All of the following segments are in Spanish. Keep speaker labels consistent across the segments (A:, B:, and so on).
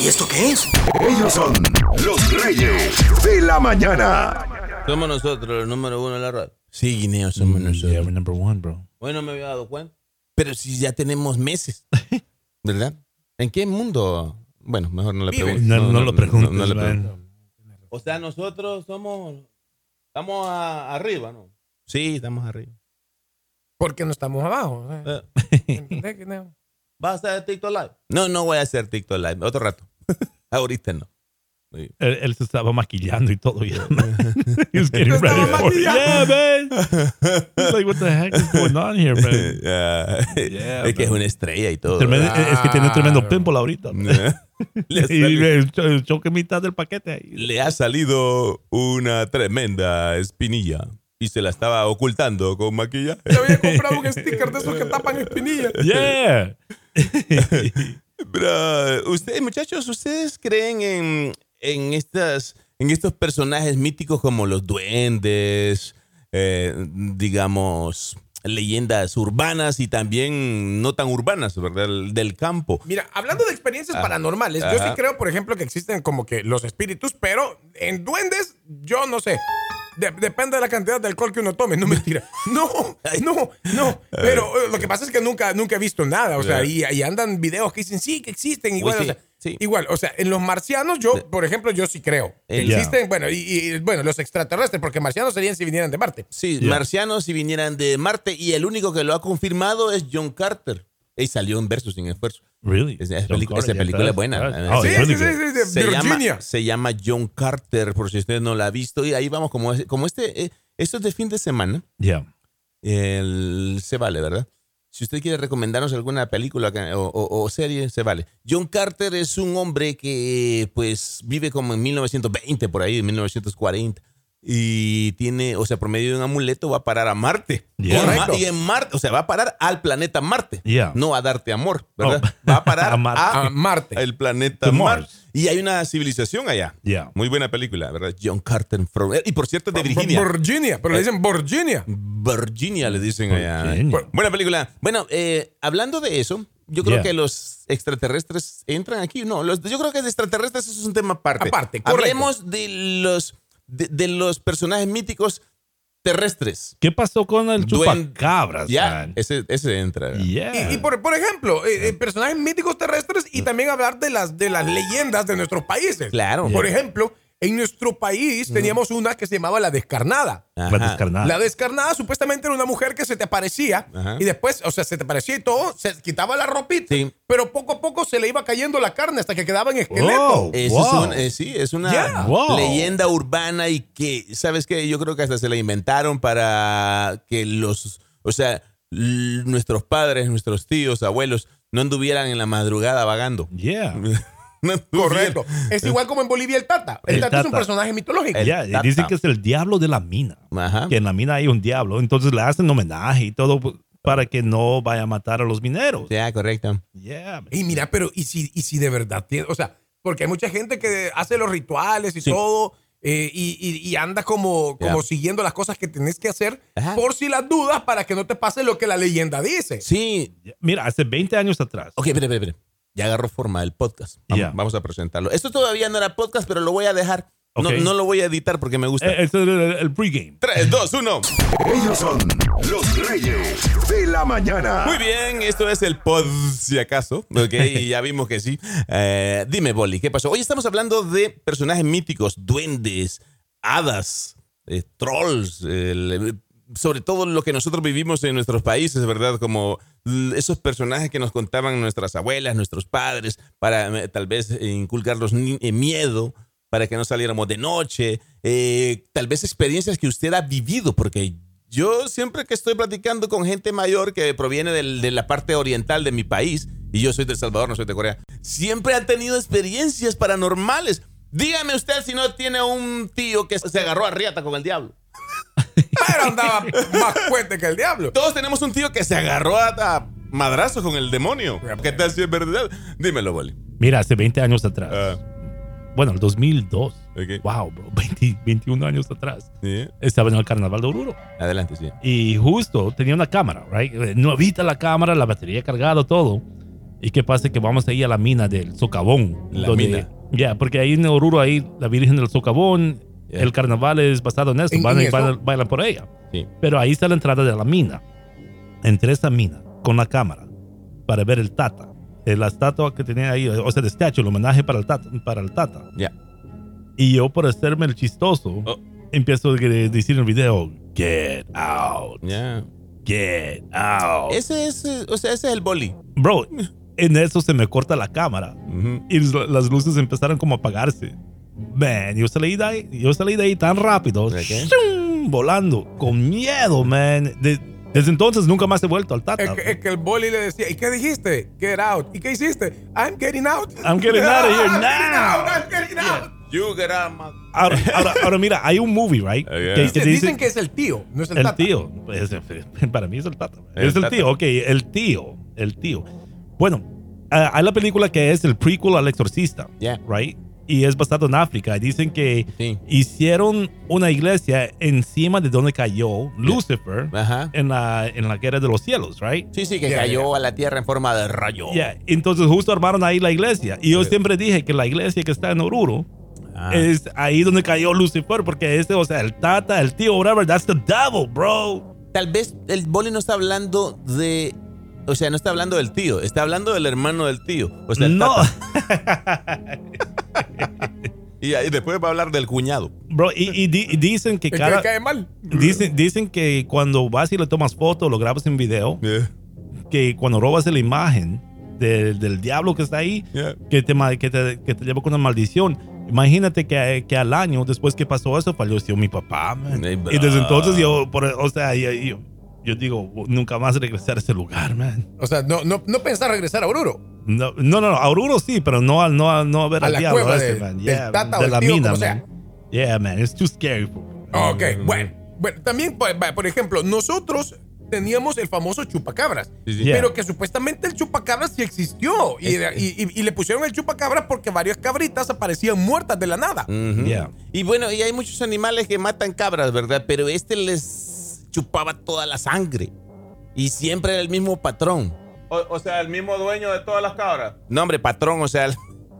A: ¿Y esto qué es?
B: Ellos son los reyes de la mañana.
C: Somos nosotros, el número uno de la radio. Sí, Guineo, somos nosotros.
D: Mm, Yeah, we're number one, bro.
C: Bueno, me había dado cuenta. Pero si ya tenemos meses, ¿verdad? ¿En qué mundo? Bueno, mejor no le
D: Vive.
C: pregunto.
D: No, no lo preguntes,
C: no le
D: man.
C: pregunto. O sea, nosotros somos. Estamos a- arriba, ¿no? Sí, estamos arriba.
E: Porque no estamos abajo. o sea,
C: Eh,
E: ¿entendés que no?
C: ¿Vas a hacer TikTok Live? No, no voy a hacer TikTok Live. Otro rato. Ahorita no.
D: Él, él se estaba maquillando y todo. Ya, man. He was getting
E: Se
D: ready
E: estaba
D: for it. Yeah, man. He's like, what the heck is going on here, man?
C: Ah,
D: Yeah,
C: es que es
D: man.
C: una estrella y todo.
D: Tremendo- es que tiene tremendo pimple ahorita. man.
C: Le
D: y
C: sale-
D: el, cho- el choque mitad del paquete ahí.
C: le ha salido una tremenda espinilla y se la estaba ocultando con maquillaje.
E: Yo había comprado un sticker de esos que tapan espinillas.
D: Yeah.
C: Pero, ustedes, muchachos, ¿ustedes creen en, en estas, en estos personajes míticos como los duendes, eh, digamos, leyendas urbanas y también no tan urbanas, ¿verdad? Del, del campo.
E: Mira, hablando de experiencias
C: Ajá.
E: paranormales, yo sí
C: Ah. Ajá.
E: creo, por ejemplo, que existen como que los espíritus, pero en duendes, yo no sé. De- depende de la cantidad de alcohol que uno tome, no mentira. No, no, no. Pero eh, lo que pasa es que nunca, nunca he visto nada. O sea, y, y andan videos que dicen sí, que existen. Igual,
C: Pues sí,
E: o sea,
C: sí.
E: igual, o sea, en los marcianos, yo, por ejemplo, yo sí creo. Que
C: Eh, ya.
E: existen, bueno, y, y, bueno, los extraterrestres, porque marcianos serían si vinieran de Marte.
C: Sí,
D: Ya.
C: marcianos si vinieran de Marte y el único que lo ha confirmado es John Carter. Y salió en verso sin esfuerzo.
D: Really?
C: Esa- esa
D: John
C: pelicu- esa
D: Carter,
C: película es
D: that's-
C: buena.
D: that's- oh,
E: Sí,
D: really
E: sí, sí,
D: good.
E: sí, de
C: se
E: Virginia.
C: llama, se llama John Carter, por si usted no la ha visto. Y ahí vamos, como, es- como este, eh, esto es de fin de semana,
D: Yeah.
C: el- se vale, ¿verdad? Si usted quiere recomendarnos alguna película que- o, o- o serie, se vale. John Carter es un hombre que pues vive como en 1920, por ahí, 1940. Y tiene, o sea, por medio de un amuleto va a parar a Marte.
D: Yeah.
C: Y en Mar-
E: Correcto.
C: Y en Marte, o sea, va a parar al planeta Marte.
D: Yeah.
C: No a darte amor, ¿verdad? Va a parar
D: A Marte.
C: a
E: A Ah, Marte.
C: el planeta
D: To
C: Mars.
D: Mars.
C: Y hay una civilización allá.
D: Yeah.
C: Muy buena película, ¿verdad? John Carter. from- eh, Y por cierto, es de Virginia. Eh.
E: Virginia, pero le dicen Virginia.
C: Virginia le dicen allá.
D: Virginia.
C: Bu- Buena película. Bueno, eh, hablando de eso, yo creo
D: Yeah.
C: que los extraterrestres entran aquí. No, los, yo creo que de extraterrestres eso es un tema aparte.
E: Aparte, correcto.
C: Hablemos de los, de, de los personajes míticos terrestres.
D: ¿Qué pasó con el
C: Duen-
D: chupacabras?
C: Ya,
D: man?
C: ese, ese entra.
D: Yeah.
E: Y, y por, por ejemplo, eh, eh, personajes míticos terrestres y también hablar de las, de las leyendas de nuestros países.
C: Claro. Mm.
E: Por ejemplo, en nuestro país teníamos una que se llamaba la descarnada.
D: La
C: Ajá.
D: descarnada.
E: La descarnada supuestamente era una mujer que se te aparecía
C: Ah. Ajá.
E: y después, o sea, se te aparecía y todo, se quitaba la ropita,
C: Sí.
E: pero poco a poco se le iba cayendo la carne hasta que quedaba en esqueleto.
D: Wow,
C: Eso
D: Oh, wow.
C: es un- eh, sí, es una
E: Yeah.
D: Wow.
C: leyenda urbana y que, ¿sabes qué? Yo creo que hasta se la inventaron para que los, o sea, l- nuestros padres, nuestros tíos, abuelos, no anduvieran en la madrugada vagando.
D: Yeah.
C: No anduvieran.
E: Correcto. Es igual como en Bolivia el Tata. El,
D: El
E: tata, es un
D: Tata.
E: personaje mitológico.
C: El
D: Yeah, y
C: Tata. ah.
D: Dicen que es el diablo de la mina.
C: Ajá.
D: Que en la mina hay un diablo. Entonces le hacen homenaje y todo para que no vaya a matar a los mineros.
C: Ya, correcto.
D: Yeah, man.
E: Y mira, pero ¿y si, y si de verdad tiene, o sea, porque hay mucha gente que hace los rituales y
C: Sí.
E: todo eh, y, y- y anda como,
C: Ya.
E: como siguiendo las cosas que tenés que hacer
C: Ajá.
E: por si las dudas para que no te pase lo que la leyenda dice.
C: Sí.
D: Mira, hace 20 años atrás.
C: Ok, espera, espera, espera. Ya agarró forma el podcast. Vamos,
D: Yeah.
C: vamos a presentarlo. Esto todavía no era podcast, pero lo voy a dejar. No-
D: Ok.
C: No, lo voy a editar porque me gusta.
D: Eh, ese era el, el pregame.
C: 3, 2, 1.
B: Ellos son los reyes de la mañana.
C: Muy bien, esto es el pod, si acaso. Ok, y ya vimos que sí. Eh, dime, Boli, ¿qué pasó? Hoy estamos hablando de personajes míticos, duendes, hadas, eh, trolls, el- eh, sobre todo lo que nosotros vivimos en nuestros países, ¿verdad? Como l- esos personajes que nos contaban nuestras abuelas, nuestros padres, para eh, tal vez eh, inculcarnos ni- eh, miedo para que no saliéramos de noche, eh, tal vez experiencias que usted ha vivido, porque yo siempre que estoy platicando con gente mayor que proviene del- de la parte oriental de mi país, y yo soy de El Salvador, no soy de Corea, siempre han tenido experiencias paranormales. Dígame usted si no tiene un tío que se agarró a riata con el diablo.
E: Pero andaba más fuerte que el diablo.
C: Todos tenemos un tío que se agarró a, a madrazos con el demonio. ¿Qué tal si es verdad? Dímelo, Boli.
D: Mira, hace 20 años atrás.
C: Ah.
D: Bueno, el 2002.
C: Ok.
D: Wow, bro. 20 21 años atrás.
C: Sí.
D: Estaba en el carnaval de Oruro.
C: Adelante, sí.
D: Y justo tenía una cámara, right? Eh, Nuevita la cámara, la batería cargada, todo. ¿Y qué pasa? Que vamos ahí a la mina del socavón.
C: La mina.
D: Ya, porque ahí en Oruro, ahí la Virgen del Socavón,
C: Ya.
D: el carnaval es basado en esto.
E: ¿En-
D: van,
E: en
D: y van-
E: eso?
D: bailan por ella.
C: Sí.
D: Pero ahí está la entrada de la mina. Entré a esa mina con la cámara para ver el Tata. Eh, La estatua que tenía ahí, o sea, el estatua, el homenaje para el Tata. Para el tata.
C: Ya.
D: Y yo, por hacerme el chistoso,
C: Oh.
D: empiezo a gre- decir en el video: Get out,
C: Ya.
D: get out.
C: Ese es, eh, o sea, ese es el boli.
D: Bro, en eso se me corta la cámara
C: Ujú.
D: y l- las luces empezaron como a apagarse. Man, yo salí de ahí, yo salí de ahí tan rápido,
C: Ok.
D: shum, volando, con miedo, man. De- desde entonces nunca más he vuelto al Tata.
E: Es que, es que el boli le decía, ¿y qué dijiste? Get out. ¿Y qué hiciste? I'm getting out.
D: I'm getting out of here
E: I'm getting
D: now.
E: out, I'm getting out.
C: You get out, man.
D: Ahora, ahora- ahora mira, hay un movie, right?
C: Oh, yeah.
E: Dicen, dicen que es el tío, no es el,
D: el
E: tata.
D: tío. Pues, para mí es el tata.
C: El
D: es el
C: Tata.
D: tío, ok, el tío, el tío. Bueno, ah, hay la película que es el prequel al exorcista,
C: Ya.
D: right? Y es basado en África. Dicen que
C: Sí.
D: hicieron una iglesia encima de donde cayó Lucifer
C: Ajá.
D: en, la, en la guerra de los cielos, right?
C: Sí, sí, que
E: Ya,
C: cayó a la tierra en forma de rayo.
D: Yeah, Entonces justo armaron ahí la iglesia. Y yo
C: Oh. Sí.
D: siempre dije que la iglesia que está en Oruro
C: Ah.
E: eh,
D: es ahí donde cayó Lucifer, porque ese, o sea, el tata, el tío, whatever, that's the devil, bro.
C: Tal vez el boli no está hablando de. O sea, no está hablando del tío, está hablando del hermano del tío. O sea, el
D: no,
C: tata. Y, ahí después va a hablar del cuñado.
D: bro, y, y di- y dicen que
E: El que
D: cada-
E: le cae mal.
D: dicen, dicen que cuando vas y le tomas foto, lo grabas en video, que cuando robas la imagen del, del diablo que está ahí,
C: Yeah.
D: que te, ma- que te, que te lleva con una maldición. Imagínate que, que al año después que pasó eso falleció mi papá. man.
C: Ey, bro.
D: y desde entonces yo, por- o sea, yo, yo, yo digo, nunca más regresar a ese lugar, man.
E: O sea, no, no, no pensás regresar a Oruro.
D: No, no, no, no, a Oruro sí, pero no al no, al- no a ver
E: A
D: al
E: la
D: diablo
E: cueva
D: ese,
E: de-
D: man.
E: del
D: Yeah,
E: Tata o
D: de
E: el
D: la
E: tío,
D: mina, man.
E: como sea.
D: Yeah, man, it's too scary. for me.
E: Ok, bueno. Bueno, también, pues, va, por ejemplo, nosotros teníamos el famoso chupacabras,
C: Sí, sí.
D: Yeah.
E: pero que supuestamente el chupacabras sí existió y, y- y- y le pusieron el chupacabras porque varias cabritas aparecían muertas de la nada.
C: Ujú.
D: Yeah.
C: Y bueno, y hay muchos animales que matan cabras, ¿verdad? Pero este les chupaba toda la sangre. Y siempre era el mismo patrón. O, sea, el mismo dueño de todas las cabras. No, hombre, patrón, o sea, el-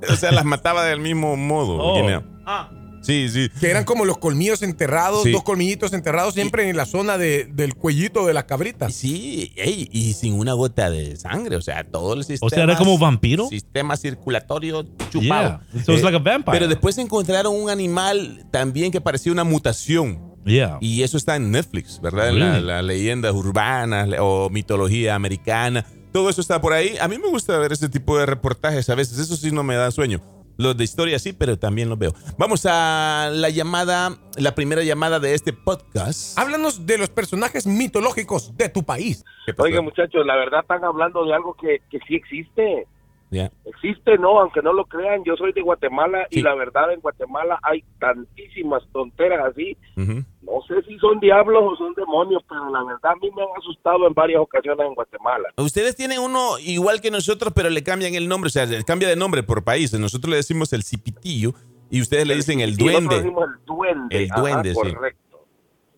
C: o sea las mataba del mismo modo.
D: Oh.
C: Guinea.
F: Ah,
C: Sí, sí.
E: Que eran como los colmillos enterrados,
C: Sí.
E: dos colmillitos enterrados siempre en la zona de- del cuellito de las cabritas.
C: Sí, ey, y sin una gota de sangre, o sea, todo el sistema.
D: sea, ¿era como vampiro?
C: Sistema circulatorio chupado.
D: Yeah. So it's
C: Eh,
D: like a vampire.
C: Pero después encontraron un animal también que parecía una mutación.
D: yeah.
C: Y eso está en Netflix, ¿verdad? En la-
D: Really?
C: las leyendas urbanas le- o mitología americana. Todo eso está por ahí. A mí me gusta ver ese tipo de reportajes a veces. Eso sí no me da sueño. Los de historia sí, pero también los veo. Vamos a la llamada, la primera llamada de este podcast.
E: Háblanos de los personajes mitológicos de tu país.
C: ¿Qué pasó?
A: Oiga, muchachos, este la verdad están hablando de algo que, que sí existe.
C: Ya.
A: Existe, no, aunque no lo crean, yo soy de Guatemala
C: Sí.
A: y la verdad en Guatemala hay tantísimas tonteras así.
C: Ujú.
A: No sé si son diablos o son demonios, pero la verdad a mí me han asustado en varias ocasiones en Guatemala.
C: Ustedes tienen uno igual que nosotros, pero le cambian el nombre, o sea, le cambia de nombre por país. Nosotros le decimos el cipitillo y ustedes le dicen el
A: Y nosotros
C: duende.
A: decimos el duende.
C: El
A: Ajá,
C: duende, sí.
A: correcto.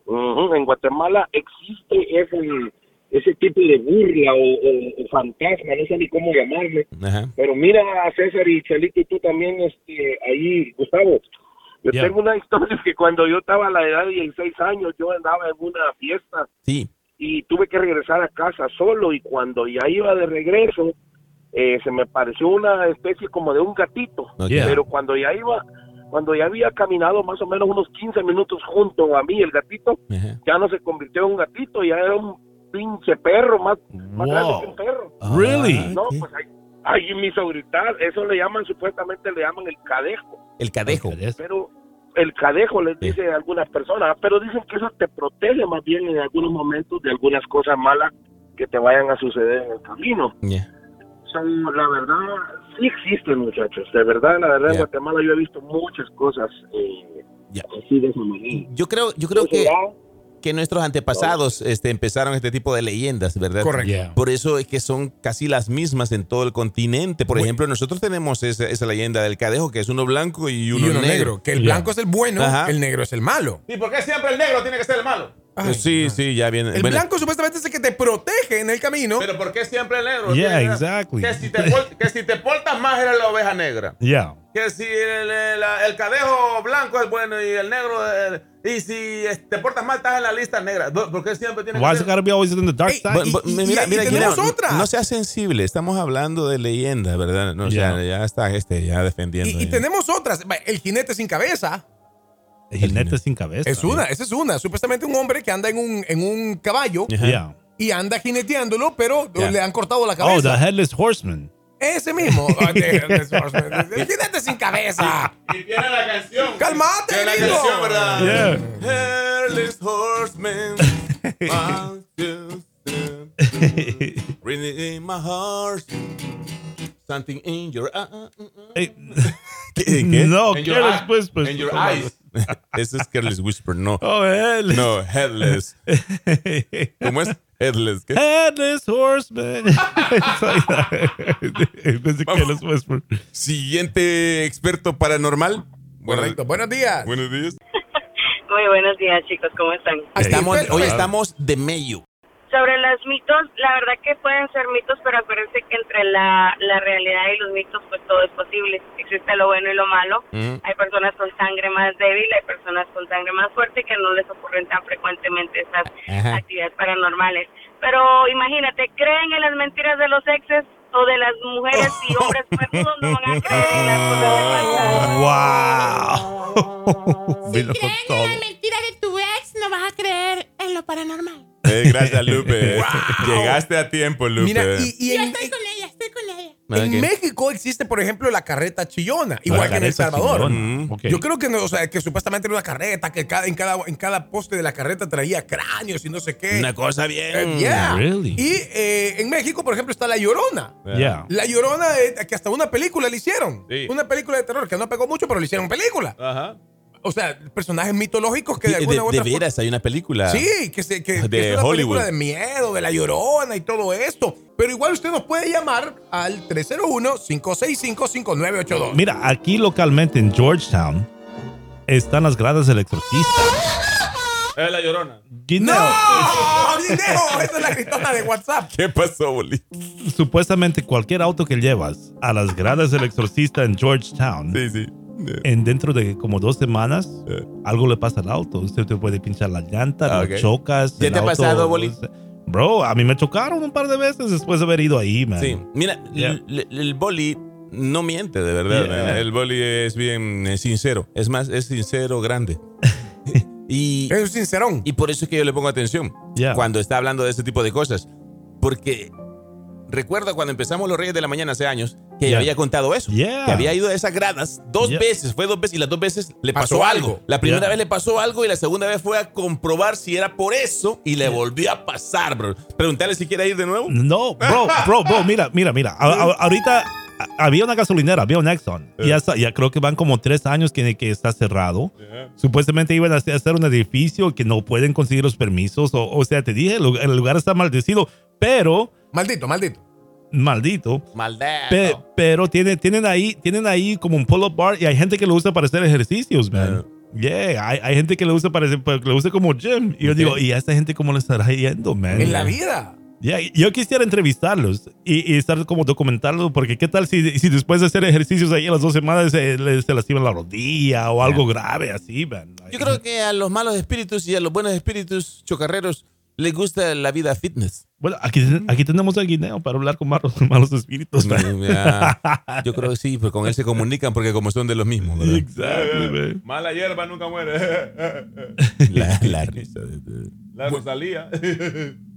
A: Ujú, En Guatemala existe ese, ese tipo de burla o, o- o fantasma, no sé ni cómo llamarle.
C: Ajá.
A: Pero mira, César y Chelito, y tú también, este, ahí, Gustavo. Yo
D: Ya.
A: tengo una historia que cuando yo estaba a la edad de 16 años, yo andaba en una fiesta
C: Sí.
A: y tuve que regresar a casa solo. Y cuando ya iba de regreso, eh, se me pareció una especie como de un gatito.
C: ok.
D: Yeah.
A: Pero cuando ya iba, cuando ya había caminado más o menos unos 15 minutos junto a mí, el gatito
C: Ajá.
A: ya no se convirtió en un gatito, ya era un pinche perro, más, más grande que
D: Wow.
A: un perro.
D: Really?
A: No,
C: Ah, ok.
A: pues ahí, ahí me hizo gritar. Eso le llaman, supuestamente le llaman el cadejo.
C: El cadejo.
A: Pero el cadejo les
C: Sí.
A: dice a algunas personas, "Ah, pero dicen que eso te protege más bien en algunos momentos de algunas cosas malas que te vayan a suceder en el camino.
C: Yeah.
A: Son, la verdad, sí existen muchachos. De verdad, la verdad,
C: Ya.
A: en Guatemala yo he visto muchas cosas eh,
C: Ya.
A: así de esa manera.
C: Yo creo, yo creo
A: Por ese
C: que,
A: lado,
C: que nuestros antepasados este, empezaron este tipo de leyendas, ¿verdad?
E: Correcto.
D: Yeah.
C: Por eso es que son casi las mismas en todo el continente. Por
E: Bueno.
C: ejemplo, nosotros tenemos esa, esa leyenda del cadejo, que es uno blanco y uno, negro.
E: Que el
D: Ya.
E: blanco es el bueno,
C: Ajá.
E: el negro es el malo.
C: ¿Y por qué siempre el negro tiene que ser el malo?
E: Ay,
C: sí, sí, ya viene.
E: El
C: bueno.
E: blanco supuestamente es el que te protege en el camino.
F: Pero ¿por qué siempre el negro?
D: Yeah,
F: Tiene-
D: exactly.
F: Que si, te, por- que si te portas más eres la oveja negra.
D: Yeah.
F: Que si el, el- el cadejo blanco es bueno y el negro... el- y si eh, te portas mal estás en la lista negra. Do- ¿Por qué siempre tienes
D: Why
F: que
D: is it
F: ser-
D: gotta be always in the dark
E: Ey,
D: side?
C: Bueno,
E: but- Ah, Y-
C: bu-
E: y-
C: mira,
E: y
C: mira,
E: tenemos
C: mira,
E: otra.
C: No seas sensible, estamos hablando de leyendas, ¿verdad? No, o sea,
D: Ya.
C: ya está este ya defendiendo.
E: Y, y
C: ya.
E: tenemos otras. Va, El jinete sin cabeza
D: El jinete sin cabeza.
E: es una, esa es una. Supuestamente un hombre que anda en un, en un caballo
C: Ajá.
D: Yeah.
E: y anda jineteándolo, pero
C: Ya.
E: le han cortado la
D: Oh, the
E: cabeza.
D: headless horseman.
E: Ese mismo. Ah, de- de- el jinete sin cabeza.
C: Ah.
F: Y tiene la canción.
E: ¡Cálmate,
F: Tiene la
E: gringo!
F: canción, ¿verdad?
D: Yeah.
F: Hairless horseman. bound to sin. Ringing in my heart. Something in your eye.
D: Hey,
C: ¿Qué? qué?
D: No,
F: In your
D: careless
F: eye-
D: whispers.
F: In your eyes.
D: pues,
C: Ese es Careless Whisper, no.
D: Oh, headless.
C: No, Headless. ¿Cómo es? Headless. ¿Qué?
D: Headless horseman. it's like that. It's a careless whisper.
C: Siguiente experto paranormal. Bueno,
E: Correcto. Buenos días.
C: Buenos días.
G: Muy buenos días, chicos, ¿cómo están?
C: Estamos,
E: Fel-
C: hoy
E: Fel-
C: estamos de medio.
G: Sobre los mitos, la verdad que pueden ser mitos, pero acuérdense que entre la, la realidad y los mitos, pues todo es posible. Existe lo bueno y lo malo. Hay personas con sangre más débil, hay personas con sangre más fuerte que no les ocurren tan frecuentemente estas
C: Ajá.
G: actividades paranormales. Pero imagínate, ¿creen en las mentiras de los exes o de las mujeres y hombres cuernudos? No van a creer en las cosas de fantasmas.
D: Wow.
H: Si
D: Vino con
H: crees en
D: todo.
H: las mentiras de tu ex, no vas a creer en lo paranormal.
C: Eh, gracias, Lupe. Llegaste a tiempo, Lupe.
E: Mira, y, y
H: Yo
E: en,
H: estoy con ella, estoy con ella.
E: en
C: Ok.
E: México existe, por ejemplo, la carreta chillona, igual que en El Salvador.
D: Mm, okay.
E: Yo creo que, no, o sea, que supuestamente era una carreta, que cada, en, cada, en cada poste de la carreta traía cráneos y no sé qué.
C: Una cosa
E: Eh,
C: bien.
E: yeah.
D: really?
E: Y eh, en México, por ejemplo, está La Llorona.
D: Yeah.
E: La Llorona, eh, que hasta una película le hicieron.
C: Sí.
E: Una película de terror que no pegó mucho, pero le hicieron película.
C: Ajá.
E: O sea, personajes mitológicos que
C: De,
E: de alguna u
C: eh, de
E: otra forma-
C: veras, hay una película.
E: Sí, que, se, que, que
C: De
E: es una
C: Hollywood.
E: película de miedo, de la llorona y todo esto. Pero igual usted nos puede llamar al 301-565-5982.
D: Mira, aquí localmente en Georgetown están las gradas del exorcista. pues.
F: Es la llorona.
E: ¡No!
D: Guineo,
E: ¡Dinero! Esa es la gritona de WhatsApp.
C: ¿Qué pasó, Bolí?
D: Supuestamente cualquier auto que llevas a las gradas del exorcista en Georgetown,
C: Sí, sí.
D: en dentro de como dos semanas,
C: Eh.
D: algo le pasa al auto. Usted te puede pinchar la llanta,
C: Ah,
D: lo
C: ok.
D: chocas.
C: ¿Ya
D: el
C: te ha
D: auto-
C: pasado, Boli?
D: Bro, a mí me chocaron un par de veces después de haber ido ahí, man.
C: Sí, mira,
D: Yeah.
C: l- l- el boli no miente, de verdad.
D: Yeah.
C: El boli es bien eh, sincero. Es más, es sincero grande. y,
E: Es un sincerón.
C: y por eso es que yo le pongo atención
D: Yeah.
C: cuando está hablando de este tipo de cosas. Porque recuerdo cuando empezamos Los Reyes de la Mañana hace años que
D: Yeah.
C: había contado eso.
D: Yeah.
C: Que había ido a esas gradas dos
D: Yeah.
C: veces, fue dos veces y las dos veces le pasó,
E: Pasó
C: algo.
E: algo.
C: La primera
D: Yeah.
C: vez le pasó algo y la segunda vez fue a comprobar si era por eso y le volvió a pasar, bro. Preguntarle si quiere ir de nuevo.
D: No, bro, bro, bro, mira, mira, mira. A- a- ahorita a- había una gasolinera, había un Exxon. Ya, está- ya creo que van como tres años que, que está cerrado. Supuestamente iban a hacer hacer un edificio que no pueden conseguir los permisos. O, o sea, te dije, el, lu- el lugar está maldecido, pero,
E: Maldito, maldito.
D: maldito,
C: Maldad.
D: pe- pero tiene, tienen, ahí, tienen ahí como un pull-up bar y hay gente que lo usa para hacer ejercicios, man. Yeah, hay, hay gente que lo usa para hacer- que lo usa como gym. Y yo
C: Ok.
D: digo, ¿y a esta gente cómo le estará yendo, man?
E: En la vida.
D: Ya, yo quisiera entrevistarlos y, y estar como documentarlo, porque qué tal si, si después de hacer ejercicios ahí a las dos semanas se, le- se lastiman la rodilla o algo grave así, man.
C: Yo creo que a los malos espíritus y a los buenos espíritus chocarreros les gusta la vida fitness.
D: Bueno, aquí, aquí tenemos al guineo para hablar con malos, malos espíritus. man.
C: Ya, Yo creo que sí, pues con él se comunican porque como son de los mismos, ¿verdad?
D: Exacto, man.
F: Mala hierba nunca muere.
C: La, la risa. de- de-
F: La Rosalía.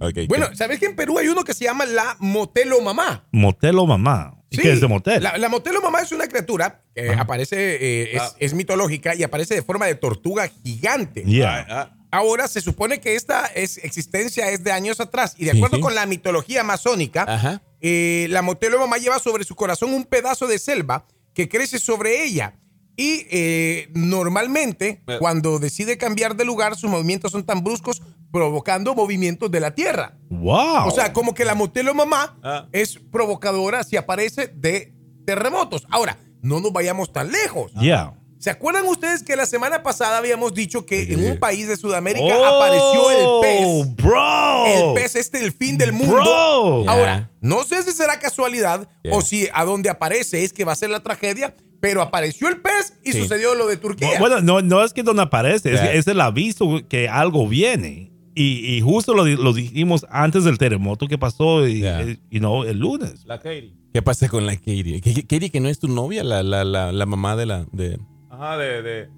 C: Ok,
E: Bueno,
C: ¿qué?
E: ¿sabes que en Perú hay uno que se llama la motelo mamá?
D: Motel o mamá. ¿Y
E: Sí.
D: ¿Qué es de motel?
E: La, la motelo mamá es una criatura que aparece, eh,
C: Ah.
E: es, es mitológica y aparece de forma de tortuga gigante.
D: Yeah.
E: ah. Ahora se supone que esta es, existencia es de años atrás y de acuerdo
C: sí.
E: con la mitología amazónica,
C: Ajá.
E: eh, la motelo mamá lleva sobre su corazón un pedazo de selva que crece sobre ella. Y eh, normalmente,
C: Eh.
E: cuando decide cambiar de lugar, sus movimientos son tan bruscos, provocando movimientos de la tierra.
D: Wow.
E: O sea, como que la motelo mamá
C: Ah.
E: es provocadora si aparece de terremotos. Ahora, no nos vayamos tan lejos.
D: yeah.
E: ¿Se acuerdan ustedes que la semana pasada habíamos dicho que en un país de Sudamérica
D: Oh,
E: apareció el pez?
D: Bro.
E: El pez este, el fin del mundo.
D: Bro.
C: Yeah.
E: Ahora, no sé si será casualidad
C: Yeah.
E: o si a donde aparece es que va a ser la tragedia, pero apareció el pez y
C: Sí.
E: sucedió lo de Turquía.
D: Bu- Bueno, no, no es que no aparece, es,
C: Yeah.
D: es el aviso que algo viene. Y, y justo lo, di- lo dijimos antes del terremoto que pasó y,
C: Yeah.
D: eh, you know, el lunes.
F: La Katie.
C: ¿Qué pasa con la Katie? ¿Qué- qué- Katie que no es tu novia, la, la, la, la mamá de la... De...
F: Ajá, de, de,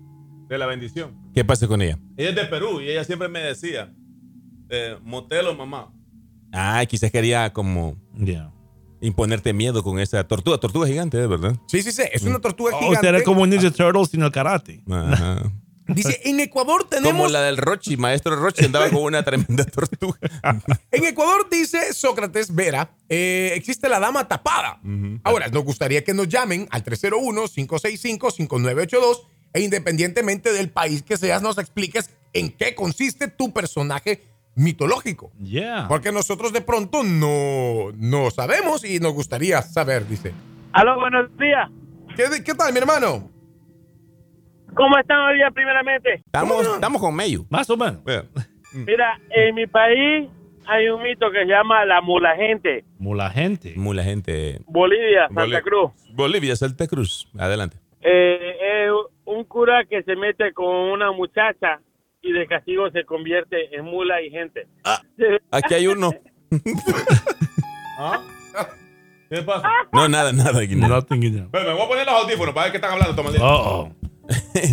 F: de la bendición.
C: ¿Qué pasa con ella?
F: Ella es de Perú y ella siempre me decía, eh, motelo mamá.
C: Ah, quizás quería como
D: Yeah.
C: imponerte miedo con esa tortuga. Tortuga gigante, ¿eh? ¿verdad?
E: Sí, sí, sí, es una tortuga
D: O
E: gigante.
D: sea, Oh, era como Ninja Turtle sin el karate.
C: Ajá.
E: Dice, en Ecuador
C: Como
E: tenemos
C: la del Rochi, maestro Rochi andaba con una tremenda tortuga.
E: En Ecuador, dice Sócrates Vera, eh, existe la dama tapada. Ahora, nos gustaría que nos llamen al 301-565-5982 e independientemente del país que seas, nos expliques en qué consiste tu personaje mitológico.
D: Yeah.
E: Porque nosotros de pronto no, no sabemos y nos gustaría saber, dice.
I: Aló, buenos días.
E: ¿Qué, qué tal, mi hermano?
I: ¿Cómo están hoy día primeramente?
C: Estamos, estamos con Meyu.
D: Más o menos.
I: Mira, en mi país hay un mito que se llama la mula gente.
D: Como la gente.
C: Mula gente.
I: Bolivia, Santa
C: Boli-
I: Cruz.
C: Bolivia, Santa Cruz. Adelante.
I: Eh, es un cura que se mete con una muchacha y de castigo se convierte en mula y gente.
C: Aquí hay uno.
F: ¿Ah? ¿Qué pasa?
C: No, nada, nada. aquí nada.
D: Nothing in there.
F: Pero me voy a poner los audífonos para ver qué están hablando. Toma, el-
D: Uh-oh.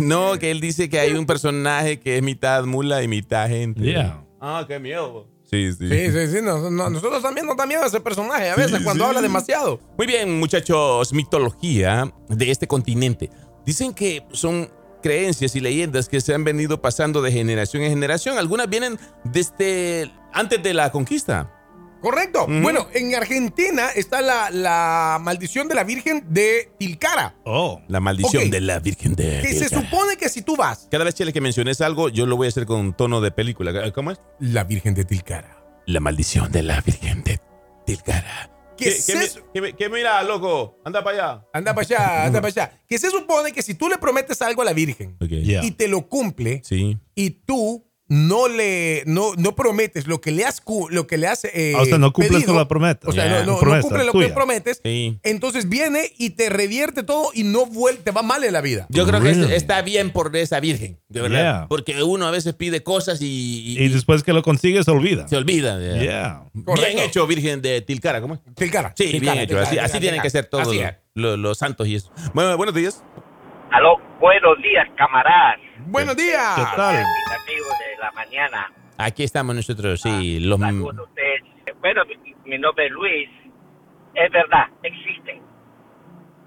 C: No, que él dice que hay un personaje que es mitad mula y mitad gente.
D: Yeah.
F: Ah, qué miedo.
C: Sí, sí.
E: Sí, sí, sí, nos- no- nosotros también nos da miedo ese personaje a veces cuando habla demasiado.
C: Muy bien, muchachos, mitología de este continente. Dicen que son creencias y leyendas que se han venido pasando de generación en generación. Algunas vienen desde antes de la conquista.
E: Correcto. Bueno, en Argentina está la, la maldición de la Virgen de Tilcara.
D: Oh.
C: La maldición
E: Ok.
C: de la Virgen de...
E: Que se supone que si tú vas.
C: Cada vez Chele, que menciones algo, yo lo voy a hacer con tono de película. ¿Cómo es?
E: La Virgen de Tilcara.
C: La maldición de la Virgen de Tilcara.
E: Que
F: ¿Qué,
E: se
F: qué mi-
E: su-
F: qué mi- qué mira, loco? Anda para allá.
E: Anda para allá, anda para allá. Que se supone que si tú le prometes algo a la Virgen
C: Ok.
D: Yeah.
E: y te lo cumple
C: Sí.
E: y tú no le no, no prometes lo que le has cu- lo que le has eh,
D: O sea, no cumples
E: pedido,
D: con la prometa.
E: O sea,
D: Yeah.
E: no- no, no
D: Promesa
E: cumples lo
D: tuya.
E: que prometes.
C: Sí.
E: Entonces viene y te revierte todo y no vuel- te va mal en la vida.
C: Yo creo que
D: Really?
C: es- está bien por esa Virgen, de verdad.
D: Yeah.
C: Porque uno a veces pide cosas y, y-
D: Y después que lo consigues, se olvida.
C: se olvida. de-
D: Yeah.
E: Correcto.
C: Bien hecho, Virgen de Tilcara, ¿cómo es?
E: Tilcara.
C: Sí,
E: Tilcara,
C: bien hecho.
E: Tilcara,
C: Así, así
E: Tilcara,
C: tienen que ser todos
E: Así
C: los,
E: es.
C: los- los santos y eso. Bueno, buenos días.
A: Aló, buenos días, camaradas.
E: Buenos días.
D: ¿Qué tal?
A: Amigos de la mañana.
C: Aquí estamos nosotros, sí.
E: Ah,
C: los,
A: Saludos a ustedes. Bueno, mi, mi nombre es Luis. Es verdad, existen.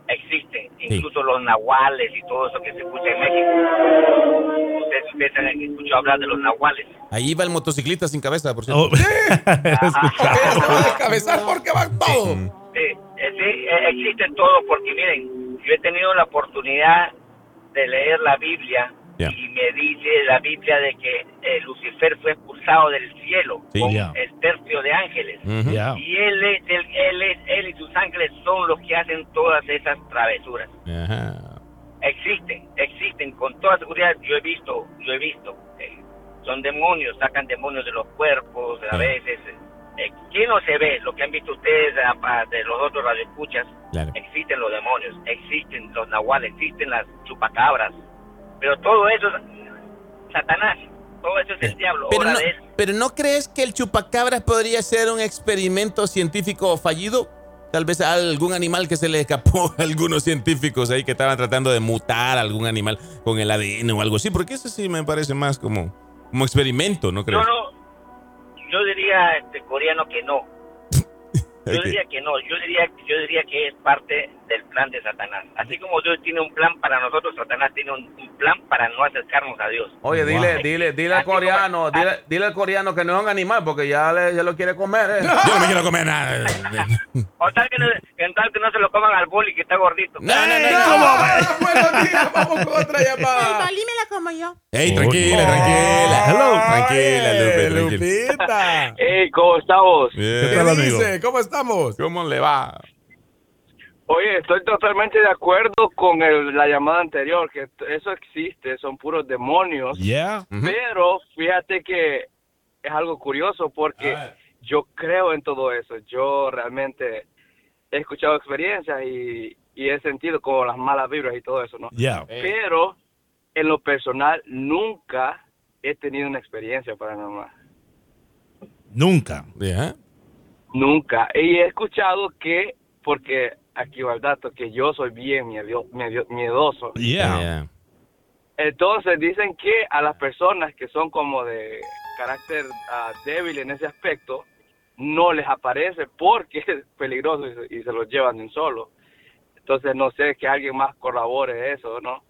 A: Existen. Incluso los nahuales y todo eso que se escucha en México. Ustedes piensan que escucho hablar de los nahuales.
C: ahí va el motociclista sin cabeza, por cierto.
D: Oh. Escucha.
E: Porque se va a descabezar porque va
D: Oh.
E: todo.
A: Sí, eh, sí, eh, existen todos porque miren, yo he tenido la oportunidad de leer la Biblia
C: Ya.
A: y me dice la Biblia de que eh, Lucifer fue expulsado del cielo
C: Sí.
A: con
D: Ya.
A: el tercio de ángeles.
C: Ujú.
D: Yeah.
A: Y él, es el- él, es- él y sus ángeles son los que hacen todas esas travesuras.
C: Ajá.
A: Existen, existen, con toda seguridad. Yo he visto, yo he visto. eh, son demonios, sacan demonios de los cuerpos, a
C: Sí.
A: veces. eh, ¿Quién no se ve? Lo que han visto ustedes apa- de los otros radioescuchas.
C: Claro.
A: Existen los demonios, existen los nahuales, existen las chupacabras. Pero todo eso es Satanás. Todo eso es el diablo,
C: Eh, Pero
A: obra
C: no,
A: de él.
C: pero ¿no crees que el chupacabras podría ser un experimento científico fallido? Tal vez a algún animal que se le escapó a algunos científicos ahí que estaban tratando de mutar a algún animal con el ADN o algo así, porque eso sí me parece más como, como experimento, ¿no
A: Yo
C: crees?
A: no, yo diría este coreano que no. Yo
C: Ok.
A: diría que no, yo diría, yo diría que es parte del plan de Satanás. Así como Dios tiene un plan para nosotros, Satanás tiene un, un plan para no acercarnos a Dios.
F: Oye, dile, dile, dile al
A: Así como-
F: coreano, dile, dile al coreano que no es un animal porque ya, le, ya lo quiere comer. ¿eh?
C: Yo no me quiero comer nada.
A: O tal que no, en tal que no se lo coman al boli que está gordito.
C: No, no, no,
E: Ah,
C: no.
E: buenos días, vamos con otra
H: El
E: llamada.
H: bolí me lo como yo.
E: Oh,
C: Ey, tranquila, tranquila. Tranquila, Lupe,
E: Hello.
C: tranquila.
E: Lupita.
I: Hey, ¿cómo estamos?
E: ¿Qué
D: tal, amigo?
E: dice? ¿Cómo estamos?
C: ¿Cómo le va?
I: Oye, estoy totalmente de acuerdo con el- la llamada anterior, que t- eso existe, son puros demonios.
D: Yeah.
I: Pero fíjate que es algo curioso porque yo creo en todo eso. Yo realmente he escuchado experiencias y, y he sentido como las malas vibras y todo eso, ¿no?
D: Yeah.
I: Pero en lo personal nunca he tenido una experiencia paranormal.
D: Nunca.
I: Nunca. Y he escuchado que, porque aquí va el dato, que yo soy bien miedio- medio- miedoso.
D: Yeah.
I: Entonces dicen que a las personas que son como de carácter ah, débil en ese aspecto, no les aparece porque es peligroso y se, y se los llevan en solo. Entonces no sé que alguien más colabore eso, ¿no?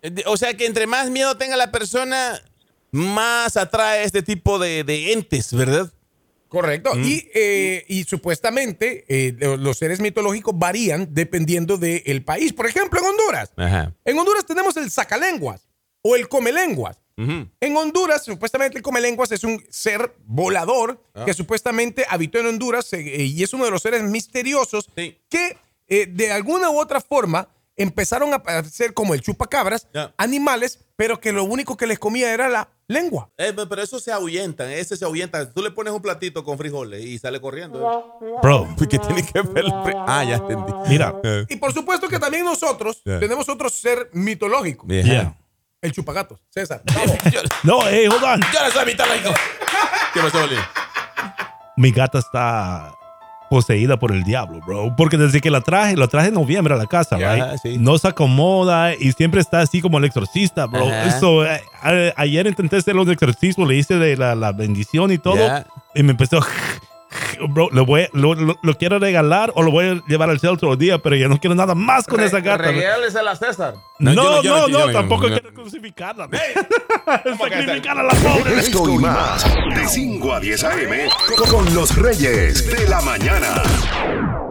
C: Eh, De- O sea que entre más miedo tenga la persona, más atrae este tipo de, de entes, ¿verdad?
E: Correcto.
C: Mm.
E: Y, eh, y supuestamente eh, lo- los seres mitológicos varían dependiendo del país. Por ejemplo, en Honduras.
C: Ajá.
E: En Honduras tenemos el sacalenguas o el comelenguas. En Honduras, supuestamente el comelenguas es un ser volador
A: Ah.
E: que supuestamente habitó en Honduras eh, eh, y es uno de los seres misteriosos que eh, de alguna u otra forma empezaron a aparecer como el chupacabras, animales, pero que lo único que les comía era la lengua.
C: Eh, pe- pero eso se ahuyentan, ese se ahuyenta. Tú le pones un platito con frijoles y sale corriendo.
D: Bro.
C: ¿Qué tiene que ver el fri- Ah, ya entendí.
D: Mira.
E: Y por supuesto que también nosotros
C: Yeah.
E: tenemos otro ser mitológico,
C: Bien.
D: Yeah.
E: el chupagatos. César.
D: No, hey, hold on.
C: Yo no soy mitológico. ¿Qué pasó, Bolín?
D: Mi gata está poseída por el diablo, bro. Porque desde que la traje, la traje en noviembre a la casa, right? No se acomoda y siempre está así como el exorcista, bro.
C: Ajá.
D: So, eh, a- ayer intenté hacer los exorcismos, le hice de la, la bendición y todo.
C: Ya.
D: Y me empezó... Bro, lo, voy, lo, lo- lo quiero regalar o lo voy a llevar al cielo otro día, pero ya no quiero nada más con esa gata.
F: Regálales a la César.
D: No, no, no,
F: yo yo yo
D: tampoco
F: yo-
D: quiero crucificarla. Sacrificar a la pobre.
B: Esto y más, de 5 a 10 a.m. con los Reyes de la Mañana.